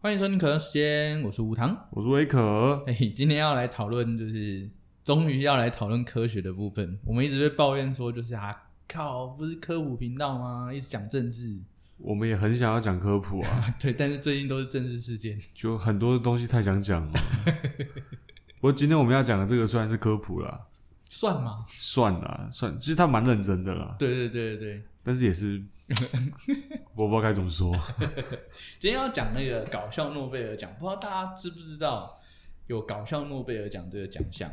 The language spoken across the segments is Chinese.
欢迎收听可乐时间，我是吴糖。我是威可，哎，今天要来讨论，就是终于要来讨论科学的部分。我们一直被抱怨说，就是啊，靠，不是科普频道吗？一直讲政治， 我们也很想要讲科普啊，对，但是最近都是政治事件。就很多东西太想讲了。不过今天我们要讲的这个虽然是科普啦，算吗？算啦，算，其实他蛮认真的啦，对对对对对，但是也是我不知道该怎么说。今天要讲那个搞笑诺贝尔奖，不知道大家知不知道有搞笑诺贝尔奖这个奖项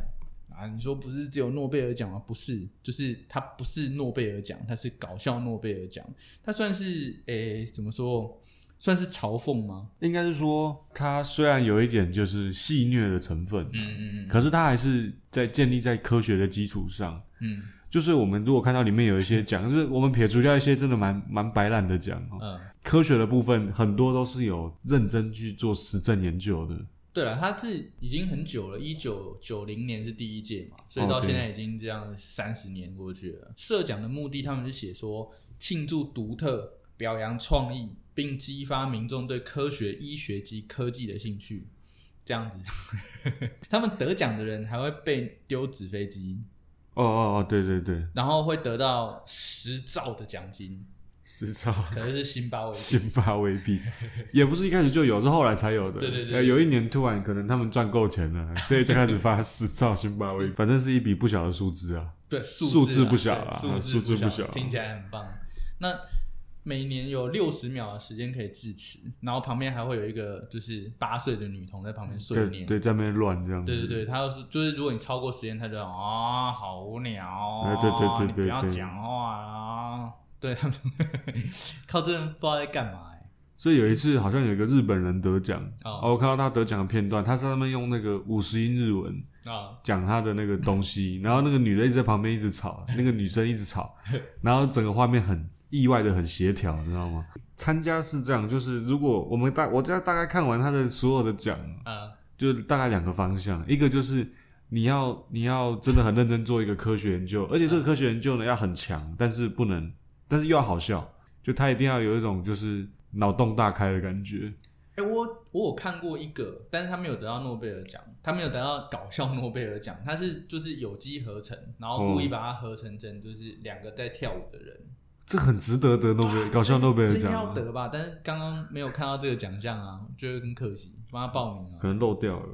啊？你说不是只有诺贝尔奖吗？不是，就是它不是诺贝尔奖，它是搞笑诺贝尔奖。它算是诶、怎么说？算是嘲讽吗？应该是说，它虽然有一点就是戏谑的成分，嗯嗯可是它还是在建立在科学的基础上。嗯就是我们如果看到里面有一些奖，就是我们撇除掉一些真的蛮蛮白烂的奖哦，嗯，科学的部分很多都是有认真去做实证研究的。对了，它是已经很久了，一九九零年是第一届嘛，所以到 OK 现在已经这样三十年过去了。社奖的目的，他们就写说庆祝独特、表扬创意，并激发民众对科学、医学及科技的兴趣。这样子， 他们得奖的人还会被丢纸飞机，哦哦哦，对对对，然后会得到十兆的奖金，实操可能是辛巴威。辛巴威币也不是一开始就有，是后来才有的。对对对呃有一年突然可能他们赚够 钱了，所以就开始发实操辛巴威币，反正是一笔不小的数字啊。对，数字字啊不小对啊数数字不不小，小听起来很棒。那每年有六十秒的时间可以致辞，然后旁边还会有一个就是八岁的女童在旁边碎对念。对，在那边乱这样子。对对对，她要是就是如果你超过时间，她就啊、好无聊、哦哎，对对对对你不要对讲话啊。 对他们靠这人不知道在干嘛、欸。所以有一次好像有一个日本人得奖，哦哦，我看到他得奖的片段，他是他们用那个五十音日文啊，讲他的那个东西，然后那个女的一直在旁边一直吵，那个女生一直吵，然后整个画面很意外的很协调，你知道吗？参加是这样，就是如果我们大我这大概看完他的所有的奖，嗯就大概两个方向，一个就是你要你要真的很认真做一个科学研究，而且这个科学研究呢要很强，但是不能，但是又要好笑，就他一定要有一种就是脑洞大开的感觉。哎、我我有看过一个，但是他没有得到诺贝尔奖，他没有得到搞笑诺贝尔奖，他是就是有机合成，然后哦故意把它合成成就是两个在跳舞的人，这很值得得诺贝尔搞笑诺贝尔真奖要啊，得吧？但是刚刚没有看到这个奖项啊，觉得很可惜，帮他报名啊可。能漏 掉了。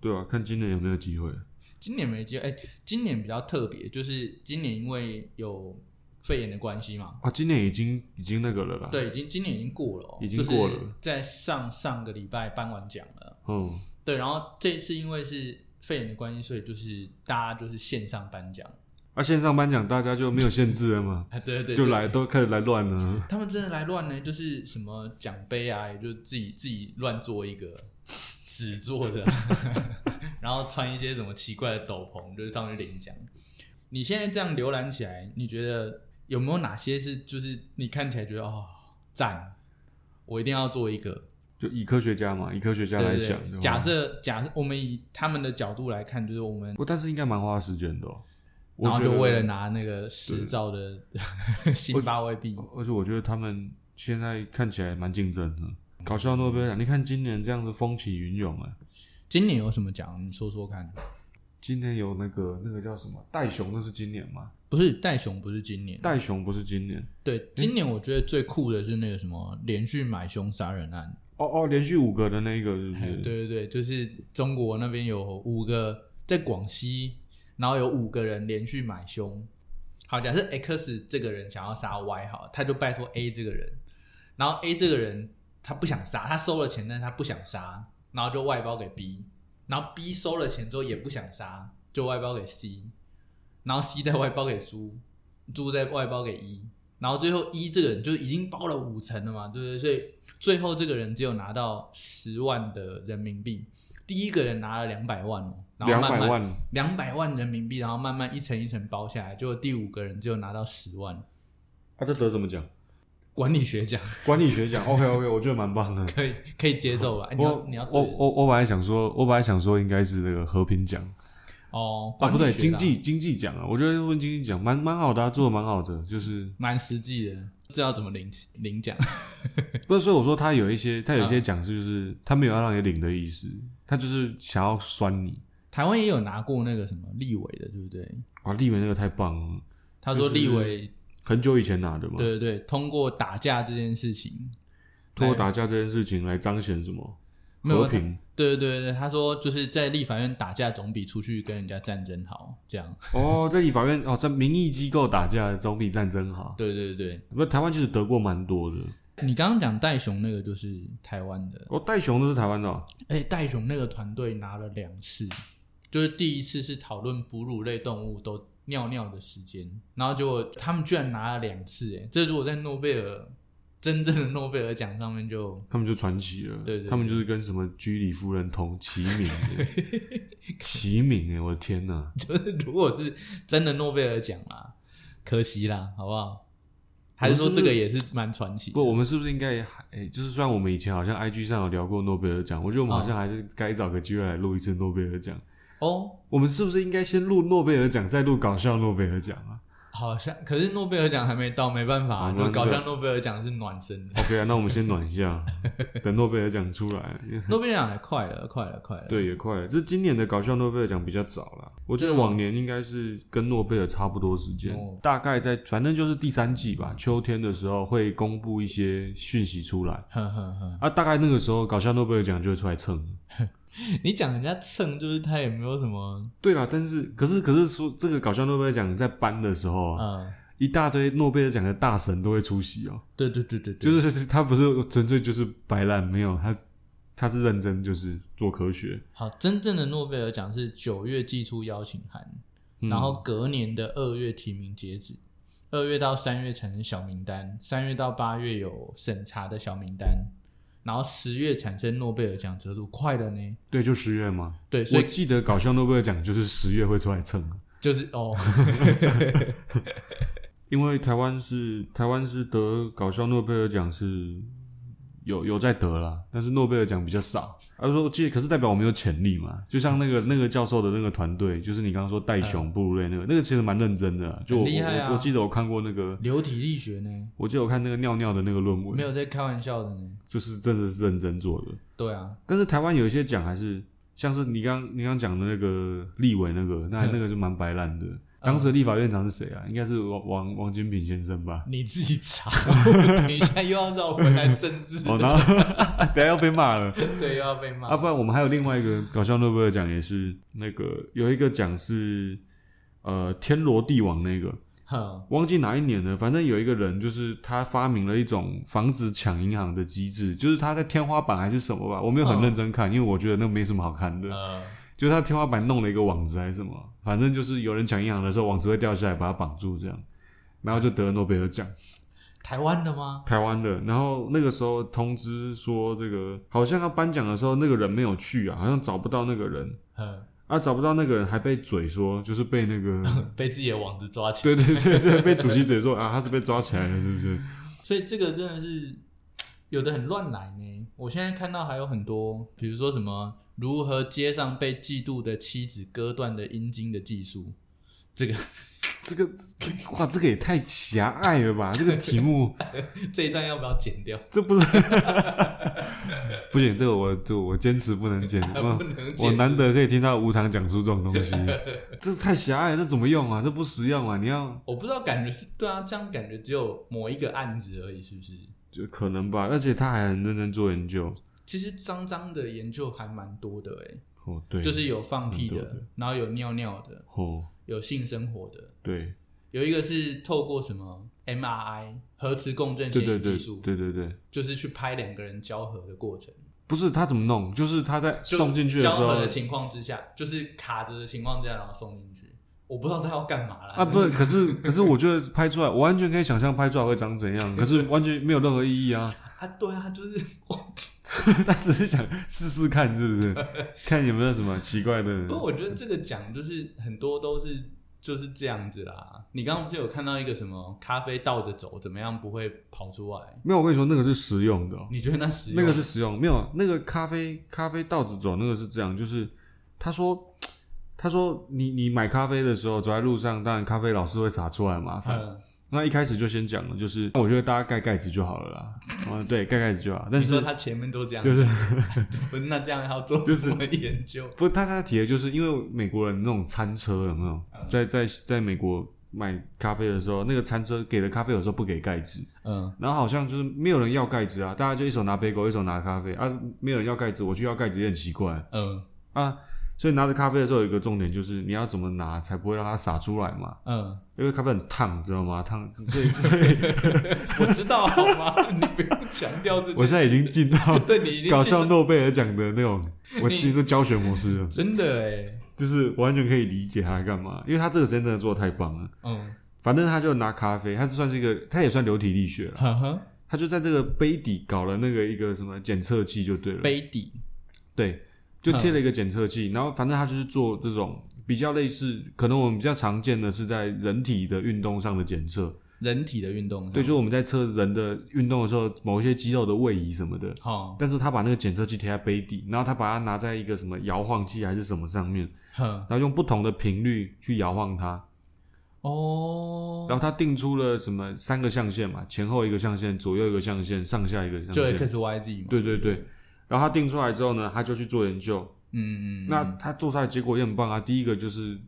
对啊，看今年有没有机会。今年没机会，哎、今年比较特别，就是今年因为有肺炎的关系嘛，啊，今年已经已经那个了啦。，对，已经今年已经过了、哦，啊已经过了就是在上上个礼拜颁完奖了。嗯，对，然后这次因为是肺炎的关系，所以就是大家就是线上颁奖，啊，线上颁奖大家就没有限制了嘛啊， 对对对，就来都开始来乱了。他们真的来乱呢，就是什么奖杯啊，也就自己自己乱做一个纸做的， 然后穿一些什么奇怪的斗篷，就是上去领奖。你现在这样浏览起来，你觉得有没有哪些是就是你看起来觉得哦赞，我一定要做一个？就以科学家嘛，以科学家对来对想，对，吧假设假设我们以他们的角度来看，就是我们不，但是应该蛮花时间的、哦。我然后就觉得为了，拿那个十兆的辛巴威币，呃而且我觉得他们现在看起来蛮竞争的。搞笑诺贝尔奖，你看今年这样子风起云涌啊！今年有什么奖？你说说看。今年有那个那个叫什么袋熊，那是今年吗？不是袋熊，不是今年。袋熊不是今年，对，今年我觉得最酷的是那个什么连续买凶杀人案。哦哦，连续五个的那一个是不对是？对对，就是中国那边有五个在广西，然后有五个人连续买凶。好，假设 X 这个人想要杀 Y，好了，他就拜托 A 这个人，然后 A 这个人他不想杀，他收了钱，但是他不想杀，然后就外包给 B，然后 B 收了钱之后也不想杀，就外包给 C，然后 C 再外包给猪，猪再外包给一、然后最后一、这个人就已经包了五成了嘛，对不对？所以最后这个人只有拿到十万的人民币，第一个人拿了两百万哦，然后两慢百慢万两百万人民币，然后慢慢一层一层包下来，结果第五个人只有拿到十万，啊，这得什么奖？管理学奖 管理学奖，OK OK，我觉得蛮棒的。可以可以接受吧？哎你要我你要我我我本来想说，我本来想说应该是那个和平奖哦，啊，管理不对，学经啦济经济奖啊，我觉得问经济奖蛮蛮好的、啊，做的蛮好的，就是蛮实际的，这要怎么领领奖？不是，所以我说他有一些，他有一嗯些讲是就是他没有要让你领的意思，他就是想要酸你。台湾也有拿过那个什么立委的，对不对？哇，立委那个太棒了，他说立委、很久以前拿的嘛，对对对，通过打架这件事情，通过打架这件事情来彰显什么没有啊和平。对对对对，他说就是在立法院打架总比出去跟人家战争好，这样。哦，在立法院哦，在民意机构打架总比战争好。对对对，那台湾其实得过蛮多的，你刚刚讲戴雄那个就是台湾的，哦，戴雄都是台湾的哦、哎，戴雄那个团队拿了两次，就是第一次是讨论哺乳类动物都尿尿的时间，然后结果他们居然拿了两次，哎，这如果在诺贝尔真正的诺贝尔奖上面就他们就传奇了。对对对他们就是跟什么居里夫人同齐名的， 齐名哎，我的天哪！就是如果是真的诺贝尔奖啦，可惜啦，好不好？还是说这个也是蛮传奇的？不，我们是不是应该也还、诶就是虽然我们以前好像 IG 上有聊过诺贝尔奖，我觉得我们好像还是该找个机会来录一次诺贝尔奖。哦，我们是不是应该先录诺贝尔奖，再录搞笑诺贝尔奖啊好像可是诺贝尔奖还没到，没办法、啊如果搞那笑诺贝尔奖是暖身的， ？OK 啊，那我们先暖一下，等诺贝尔奖出来。诺贝尔奖也快了，快了，快了。对，也快了。这今年的搞笑诺贝尔奖比较早啦，我记得真的吗往年应该是跟诺贝尔差不多时间，哦大概在反正就是第三季吧，秋天的时候会公布一些讯息出来呵呵呵，啊，大概那个时候搞笑诺贝尔奖就会出来蹭了。你讲人家蹭，就是他也没有什么，对啦，但是可是可是说这个搞笑诺贝尔奖在颁的时候啊，嗯，一大堆诺贝尔奖的大神都会出席哦、对对对对对，就是 他不是纯粹就是摆烂，没有他他是认真就是做科学，好，真正的诺贝尔奖是九月寄出邀请函，嗯然后隔年的二月提名截止，二月到三月产生小名单，三月到八月有审查的小名单，然后十月产生诺贝尔奖折度，快了呢。对，就十月嘛。对，所我以记得搞笑诺贝尔奖就是十月会出来蹭，就是哦， 因为台湾是台湾是得搞笑诺贝尔奖是有有在得啦，但是诺贝尔奖比较少。他说，我记得可是代表我们有潜力嘛，就像那个嗯那个教授的那个团队，就是你刚刚说戴熊哺乳类那个，那个其实蛮认真的啊、就我、很厉害啊我我记得我看过那个，流体力学呢，我记得我看那个尿尿的那个论文，没有在开玩笑的呢。就是真的是认真做的。对啊，但是台湾有一些奖还是像是你刚你刚讲的那个立委那个，那对？那个就蛮白烂的。当时的立法院长是谁啊？应该是王王王金平先生吧你自己查， 我等一下又要绕回来政 治，哦，然后等下要被骂了对，又要被骂。啊！不然我们还有另外一个搞笑诺贝尔奖，也是那个有一个奖是呃天罗地网那个，哼，忘记哪一年了，反正有一个人就是他发明了一种防止抢银行的机制，就是他在天花板还是什么吧，我没有很嗯认真看，因为我觉得那没什么好看的。呃，就是他天花板弄了一个网子还是什么，反正就是有人抢银行的时候，网子会掉下来把它绑住这样，然后就得了诺贝尔奖，台湾的吗？台湾的。然后那个时候通知说这个好像他颁奖的时候那个人没有去啊，好像找不到那个人嗯，啊，找不到那个人还被嘴说，就是被 那个被自己的网子抓起来。对对对对被主席嘴说啊，他是被抓起来了是不是？所以这个真的是有的很乱来呢。我现在看到还有很多，比如说什么如何接上被嫉妒的妻子割断的阴茎的技术，这个 这个哇，这个也太狭隘了吧？这个题目。这一段要不要剪掉？这不是， 不行，这个我就我坚持不能剪，我能剪我难得可以听到无糖讲出这种东西，这太狭隘，这怎么用啊？这不实用啊！你要我不知道，感觉是对啊，这样感觉只有某一个案子而已，是不是？就可能吧，而且他还很认真做研究。其实脏脏的研究还蛮多的诶、哦，对，就是有放屁蛮多的，然后有尿尿的，哦，有性生活的，对，有一个是透过什么 MRI 核磁共振显对对影对技术，对对对，就是去拍两个人交合的过程。不是他怎么弄，就是他在就送进去的时交合候的情况之下，就是卡着的情况之下，然后送进去。我不知道他要干嘛啦。啊，不是，可是可是我觉得拍出来，我完全可以想象拍出来会长怎样，可是完全没有任何意义啊。 啊，对啊，就是， 他只是想试试看，是不是？看有没有什么奇怪的不过我觉得这个奖就是很多都是就是这样子啦。你刚刚不是有看到一个什么咖啡倒着走，怎么样不会跑出来？没有，我跟你说，那个是实用的哦、你觉得那实用那个是实用。没有，那个咖啡咖啡倒着走，那个是这样，就是他说。他说你：“你买咖啡的时候，走在路上，当然咖啡老是会洒出来嘛。嗯那一开始就先讲了，就是我觉得大家盖盖子就好了啦。啊，对，盖盖子就好。但你说是他前面都这样，就是 不是那这样要做什么研究？不，他他提的就是因为美国人那种餐车有没有，嗯在在在美国买咖啡的时候，那个餐车给的咖啡有时候不给盖子，嗯，然后好像就是没有人要盖子啊，大家就一手拿杯狗，一手拿咖啡啊，没有人要盖子，我去要盖子也很奇怪嗯啊。所以拿着咖啡的时候，有一个重点就是你要怎么拿才不会让它洒出来嘛，嗯，因为咖啡很烫，知道吗？烫，所以 所以我知道好吗？ 你不用强调这我句，现在已经进到对你一定搞记得笑诺贝尔奖的那 种，我进入教学模式了，真的哎，就是完全可以理解他在干嘛，因为他这个时间真的做的太棒了。嗯，反正他就拿咖啡，他是算是一个，他也算流体力学了。呵呵，他就在这个杯底搞了那个一个什么检测器就对了，杯嗯底，对，就贴了一个检测器，然后反正他就是做这种比较类似，可能我们比较常见的是在人体的运动上的检测，人体的运动，对，就是我们在测人的运动的时候，某一些肌肉的位移什么的。好，但是他把那个检测器贴在杯底，然后他把它拿在一个什么摇晃器还是什么上面，哼，然后用不同的频率去摇晃它，哦，然后他定出了什么三个象限嘛，前后一个象限，左右一个象限，上下一个象就限。 X Y Z 嘛，对对对。然后他定出来之后呢，他就去做研究。嗯，嗯嗯，那他做出来的结果也很棒啊。第一个就是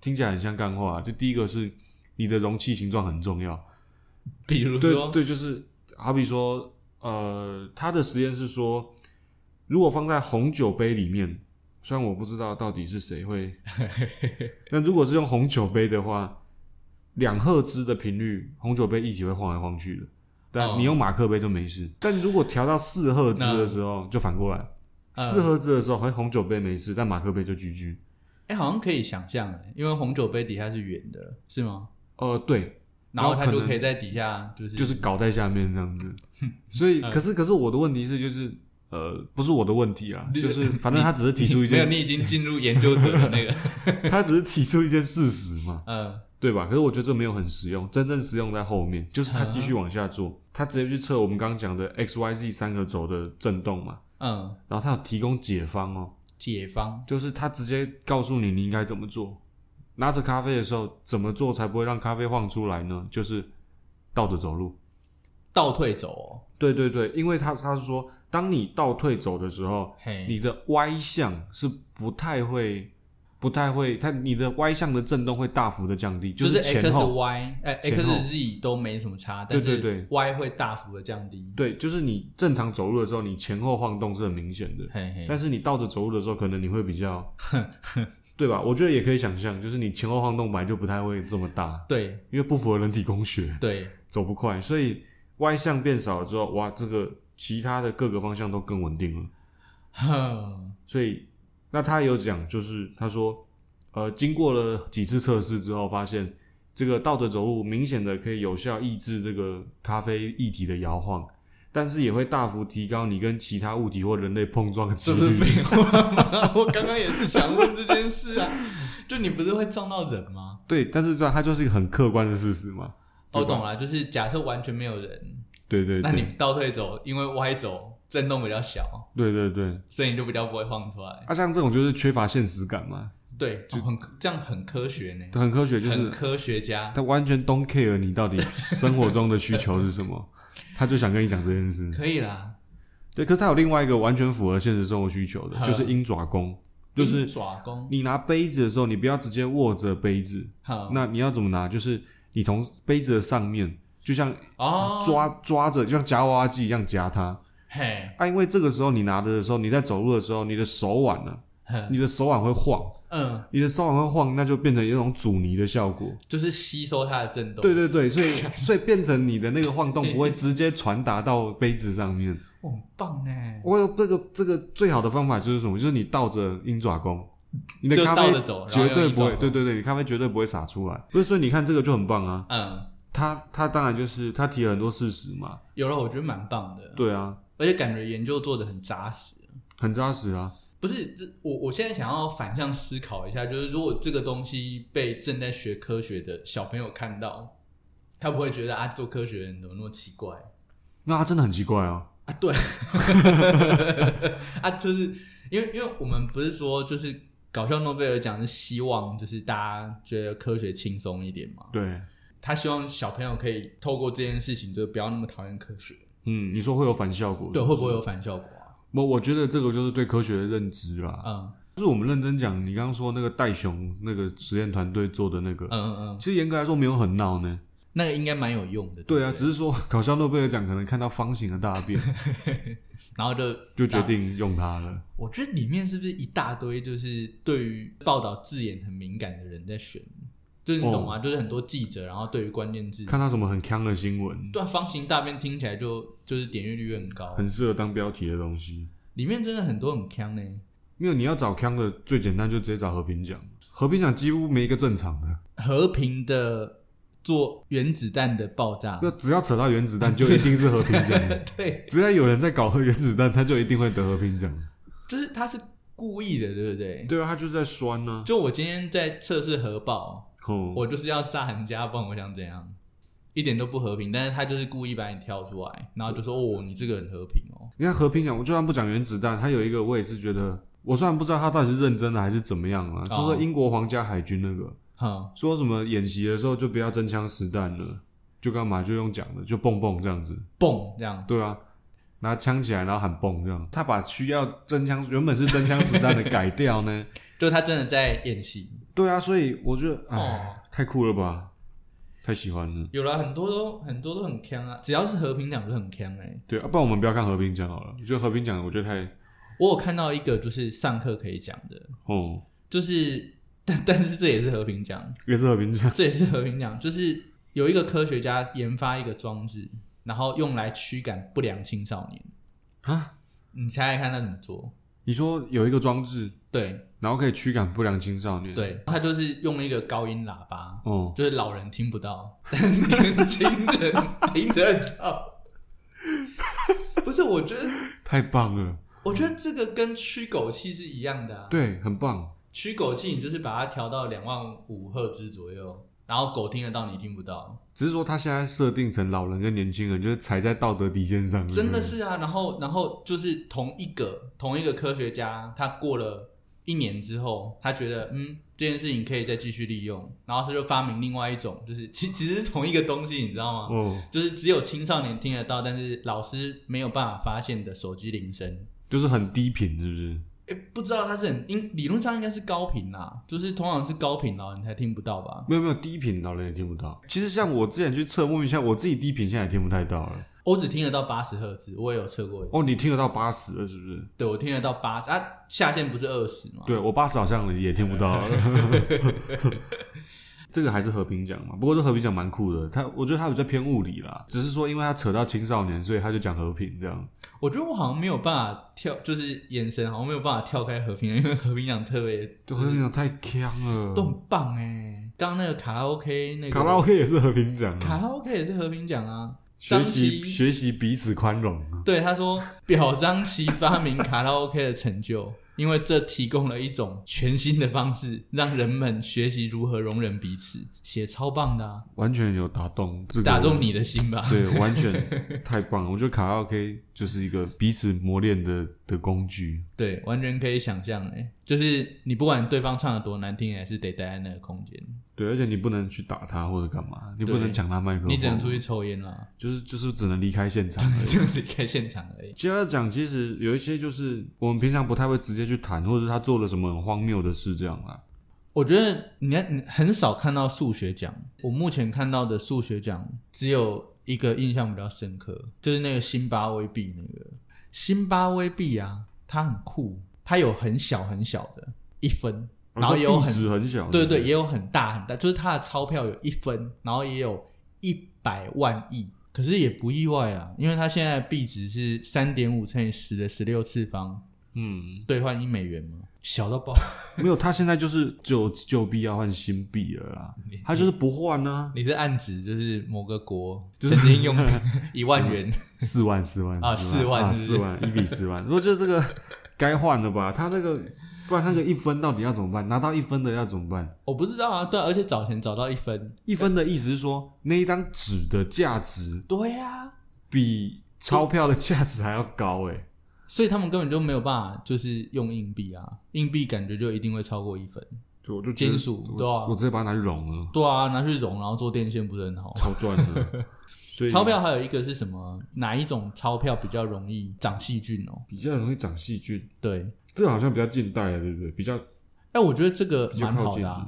听起来很像干话、啊，就第一个是你的容器形状很重要。比如对说，对，就是好比说，呃，他的实验是说，如果放在红酒杯里面，虽然我不知道到底是谁 会，那如果是用红酒杯的话，两赫兹的频率，红酒杯液体会晃来晃去的。哦但你用马克杯就没事，但如果调到四赫兹的时候，就反过来，嗯四赫兹的时候，会红酒杯没事，但马克杯就 GG。哎，好像可以想象哎，因为红酒杯底下是圆的，是吗？呃，对，然后它然后可就能可以在底下，就是就是搞在下面这样子。所以，嗯可是可是我的问题是，就是呃，不是我的问题啊，你就是反正他只是提出一没有，件，你已经进入研究者的 那个，他只是提出一件事实嘛，嗯对吧？可是我觉得这没有很实用，真正实用在后面，就是他继续往下做，他直接去测我们刚刚讲的 x、y、z 三个轴的震动嘛，嗯，然后他有提供解方哦，解方，就是他直接告诉你你应该怎么做。拿着咖啡的时候，怎么做才不会让咖啡晃出来呢？就是倒着走路。倒退走哦，对对对，因为他他是说，当你倒退走的时候，嘿，你的歪向是不太会，不太会，它你的歪向的震动会大幅的降低，就是是前 X 后。 Y 哎前 X 后 Z 都没什么差，对但对是 Y 会大幅的降低，对，就是你正常走路的时候，你前后晃动是很明显的，嘿嘿，但是你倒着走路的时候，可能你会比 较，对吧？我觉得也可以想象，就是你前后晃动本来就不太会这么大，对因为不符合人体工学，对， 走不快，所以歪向变少了之后，哇，这个其他的各个方向都更稳定了。哼，所以那他有讲，就是他说，呃，经过了几次测试之后，发现这个倒着走路明显的可以有效抑制这个咖啡液体的摇晃，但是也会大幅提高你跟其他物体或人类碰撞的几这不是 废率。话吗？ 我刚刚也是想问这件事啊，就你不是会撞到人吗？对，但是这它就是一个很客观的事实嘛。我对吧懂了，就是假设完全没有人，对对对，那你倒退走，因为 Y 走震动比较小，对对对，所以你就比较不会晃出来。啊，像这种就是缺乏现实感嘛，对，哦很这样很科学呢，很科学，就很是科学家。他完全 don't care 你到底生活中的需求是什么，他就想跟你讲这件事。可以啦，对，可是它有另外一个完全符合现实生活需求的，呵就是鹰爪功，就是鹰爪功。你拿杯子的时候，你不要直接握着杯子，好，那你要怎么拿？就是你从杯子的上面，就像哦，抓、抓着，就像夹娃娃机一样夹它。嘿，啊，因为这个时候你拿着的时候，你在走路的时候，你的手腕呢、呵你的手腕会晃，嗯，你的手腕会晃，那就变成一种阻尼的效果。就是吸收它的震动。对，对对，所以所以变成你的那个晃动不会直接传达到杯子上面。哦，很棒呢，我有这个这个最好的方法就是什么？就是你倒着鹰爪功，你的就咖倒啡着走然后绝用对鹰不爪会，功对对对，你咖啡绝对不会洒出来。不是，所以你看这个就很棒啊。嗯，他他当然就是他提了很多事实嘛，有了，我觉得蛮棒的，对啊，而且感觉研究做的很扎实。很扎实啊。不是，这我我现在想要反向思考一下，就是如果这个东西被正在学科学的小朋友看到，他不会觉得啊，做科学的人怎么那么奇怪那他真的很奇怪啊。啊？对， 啊，就是因为因为我们不是说就是搞笑诺贝尔奖是希望就是大家觉得科学轻松一点嘛，对，他希望小朋友可以透过这件事情，就不要那么讨厌科学。嗯，你说会有反效果？对，会不会有反效果啊？我我觉得这个就是对科学的认知啦。嗯就是我们认真讲，你刚刚说那个戴熊那个实验团队做的那个，嗯嗯嗯，其实严格来说没有很闹呢。那个应该蛮有用的。对不啊，只是说搞笑诺贝尔奖可能看到方形的大便然后就就决定用它了。我觉得里面是不是一大堆就是对于报道字眼很敏感的人在选？就是你懂吗？就是很多记者，然后对于关键字，哦看到什么很坑的新闻，对啊方形大便听起来就就是点阅率很高，很适合当标题的东西。里面真的很多很强呢、没有，你要找坑的最简单就直接找和平奖，和平奖几乎没一个正常的，和平的做原子弹的爆炸，那只要扯到原子弹就一定是和平 奖的。对，只要有人在搞核原子弹，他就一定会得和平奖。就是他是故意的，对不对？对啊，他就是在酸呢、就我今天在测试核爆，哦，我就是要炸人家，不然我想怎样？一点都不和平，但是他就是故意把你挑出来，然后就说：“哦，你这个很和平哦。你看和平奖，我就算不讲原子弹，它有一个我也是觉得，我虽然不知道他到底是认真的还是怎么样啊，哦就说英国皇家海军那个”哈，说什么演习的时候就不要真枪实弹了，就干嘛就用讲的，就蹦蹦这样子，蹦这样，对啊，拿枪起来然后喊蹦这样，他把需要真枪原本是真枪实弹的改 掉呢，就他真的在演习。对啊，所以我觉得，哦哎，太酷了吧，太喜欢了，有了很多都很多都很强啊，只要是和平奖就很强哎、对，啊、不然我们不要看和平奖好了，就和平奖我觉得太，我有看到一个就是上课可以讲的，哦，就是 但但是这也是和平奖，也是和平 奖，这也是和平奖，就是有一个科学家研发一个装置，然后用来驱赶不良青少年啊。你猜猜看他怎么做？你说有一个装置。对然后可以驱赶不良青少年。，对，他就是用一个高音喇叭，哦，就是老人听不到， 但年轻人听得到。 不是，我觉得，太棒了，我觉得这个跟驱狗器是一样的啊。对，很棒。驱狗器，你就是把它调到两万五赫兹左右，然后狗听得到，你听不到。只是说他现在设定成老人跟年轻人，就是踩在道德底线上。真的是啊，然后然后就是同一个同一个科学家，他过了一年之后，他觉得嗯这件事情可以再继续利用，然后他就发明另外一种，就是其其实是同一个东西，你知道吗？哦，就是只有青少年听得到，但是老师没有办法发现的手机铃声。就是很低频，是不是？诶，不知道它是很应理论上应该是高频啦，就是通常是高频老人才听不到吧？没有没有，低频老人也听不到。其实像我之前去测，摸一下我自己低频，现在也听不太到了。我只听得到八十赫兹，我也有测过一次。哦，你听得到八十了，是不是？对，我听得到八十啊，下限不是二十吗？对我八十好像也听不到了。 这个还是和平奖嘛，不过这和平奖蛮酷的，他我觉得他比较偏物理啦，只是说因为他扯到青少年，所以他就讲和平这样。我觉得我好像没有办法跳，就是眼神好像没有办法跳开和平洋，因为和平洋特别对，和平奖太强了，都很棒哎。刚刚那个卡拉 OK 那个卡拉 OK 也是和平奖、卡啊，拉 OK 也是和平奖啊。学张习琪学习彼此宽容啊。对他说表彰其发明卡拉 OK 的成就，因为这提供了一种全新的方式，让人们学习如何容忍彼此，写超棒的、啊，完全有打动这个打中你的心 吧。对，完全太棒了。我觉得卡拉 OK 就是一个彼此磨练的的工具。对，完全可以想象哎，就是你不管对方唱的多难听，还是得待在那个空间，对，而且你不能去打他或者干嘛，你不对能抢他麦克风，你只能出去，抽烟啦。 就是就是只能离开现场。只有离开现场而已。接下来讲，其实有一些就是我们平常不太会直接去谈，或者是他做了什么很荒谬的事这样啦。我觉得你看，你很少看到数学奖。我目前看到的数学奖只有一个印象比较深刻，就是那个辛巴威币那个辛巴威币啊，它很酷，它有很小很小的一分，然后也有币很值很小，对对，，也有很大很大，就是它的钞票有一分，然后也有一百万亿，可是也不意外啊，因为它现在的币值是三点五乘以十的十六次方嗯，兑换一美元嘛，小到爆。没有，他现在就是旧旧币要换新币了 啦，他就是不换啊呢、你是暗指就是某个国曾经用一万 元，嗯四万，四万啊四万啊，四四万一比四万。我觉得这个该换了吧？他那个，不然那个一分到底要怎么办？拿到一分的要怎么办？我不知道啊。对啊，而且早前找到一分，一分的意思是说，那一张纸的价值对呀、啊，比钞票的价值还要高欸诶、所以他们根本就没有办法就是用硬币啊，硬币感觉就一定会超过一分。就我就觉得金属我对啊我直接把它拿去熔了，对啊，拿去融，然后做电线不是很好。超赚 的。所以钞票还有一个是什么？哪一种钞票比较容易长细菌哦？比较容易长细菌，对，这个好像比较近代的，对不对？比较但我觉得这个比较蛮靠好近的、啊，。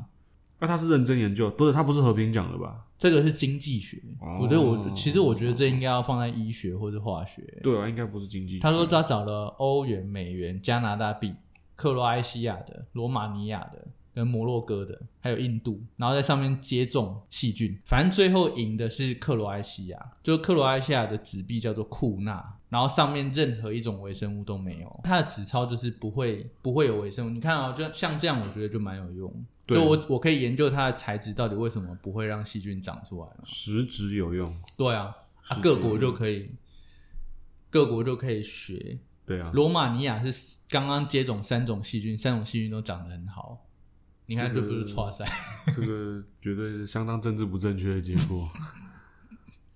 那、他是认真研究，不是他不是和平奖的吧？这个是经济学。哦我对我其实我觉得这应该要放在医学或者化学。对啊，应该不是经济学。他说他找了欧元、美元、加拿大币、克罗埃西亚的、罗马尼亚的、跟摩洛哥的，还有印度，然后在上面接种细菌。反正最后赢的是克罗埃西亚，就是克罗埃西亚的纸币叫做库纳，然后上面任何一种微生物都没有，它的纸钞就是不会不会有微生物。你看啊、就像这样，我觉得就蛮有用。对就我我可以研究它的材质到底为什么不会让细菌长出来嘛？实质有用，对啊，是啊各国是就可以，各国就可以学。对啊，罗马尼亚是刚刚接种三种细菌，三种细菌都长得很好。你看，这这个不是错塞，这个绝对是相当政治不正确的结 果。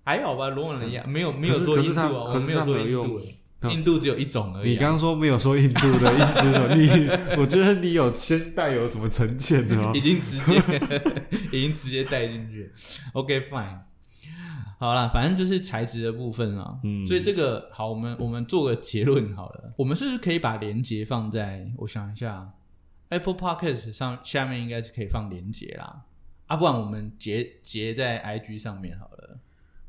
还好吧？罗马尼亚没有没可有是做可印是度他啊，我可是有他做没有印度用欸，印度只有一种而你已啊。刚刚说没有说印度的意思是什么？你我觉得你有先带有什么成见的哦已。经直接 已经直接带进去。OK fine，好啦，反正就是材质的部分啊。嗯所以这个好，我们我们做个结论好了。我们是不是可以把连接放在？我想一下，Apple 啊 Podcast 上下面应该是可以放连接啦。啊，不然我们截截在 IG 上面好了，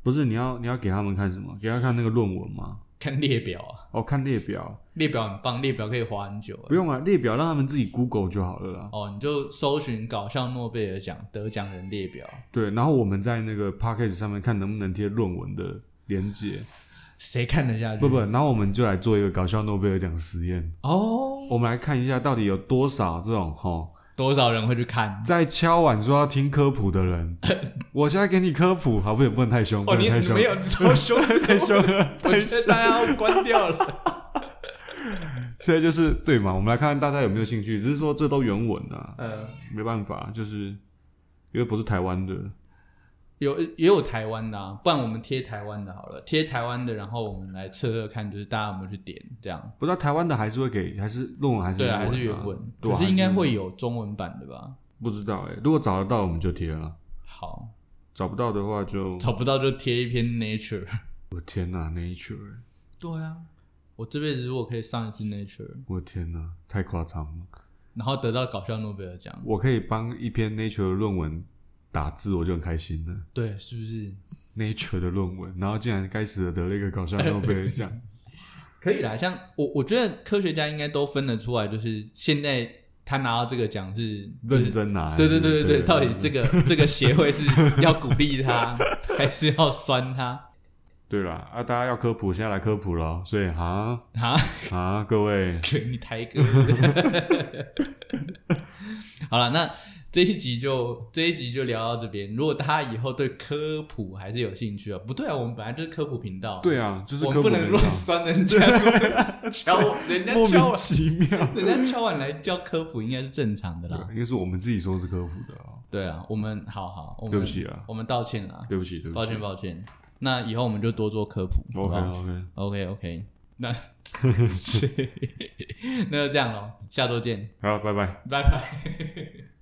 不是你要你要给他们看什么？给他看那个论文吗？看列表啊，哦，看列表，列表很棒，列表可以滑很久、不用啊，列表让他们自己 Google 就好了啦。哦，你就搜寻搞笑诺贝尔奖得奖人列表，对，然后我们在那个 p o c k e t 上面看能不能贴论文的连接，谁看得下去？不不，然后我们就来做一个搞笑诺贝尔奖实验，哦，我们来看一下到底有多少这种哈、吼多少人会去看？在敲碗说要听科普 的人，我现在给你科普，好不能不能太凶，不哦，能你太你凶，没有 超凶，太凶了，我觉得大家要关掉了。所以就是对嘛，我们来看看大家有没有兴趣。只是说这都原文啊， 嗯，没办法，就是因为不是台湾的，有也有台湾的、啊，不然我们贴台湾的好了，贴台湾的，然后我们来测测看，就是大家有没有去点这样。不知道台湾的还是会给，还是论文还是对啊，啊还是原文，对啊可是应该还会有中文版的吧？不知道哎、如果找得到我们就贴了，好，找不到的话就找不到就贴一篇 Nature。 我的天哪，Nature，对啊，我这辈子如果可以上一次 Nature，我的天哪，太夸张了！然后得到搞笑诺贝尔奖，我可以帮一篇 Nature 的论文打字，我就很开心了。对，是不是？ Nature 的论文，然后竟然该死的得了一个搞笑诺贝尔奖，可以啦，像我，我觉得科学家应该都分得出来，就是现在他拿到这个奖是 就是认真拿、对对对对对，到嗯啊底这个 这个协会是要鼓励他， 还是要酸他对啦，啊，大家要科普，现在来科普咯。所以哈啊？ 啊，各位，给你抬歌。 好了，那这一集就这一集就聊到这边。如果大家以后对科普还是有兴趣啊，不对啊，我们本来就是科普频道，、对啊，就是我科们普不频道能乱酸人家， 敲人家莫敲名完，其妙。 人家敲完来叫科普应该是正常的啦。应该是我们自己说是科普的啊，对啊，我们好好，我们对不起啊我们道歉啦，对不起，对不抱起歉。抱歉。那以后我们就多做科普，好不 OK 好 OK OK，OK，那 那就这样咯，下周见，好，拜拜。拜拜。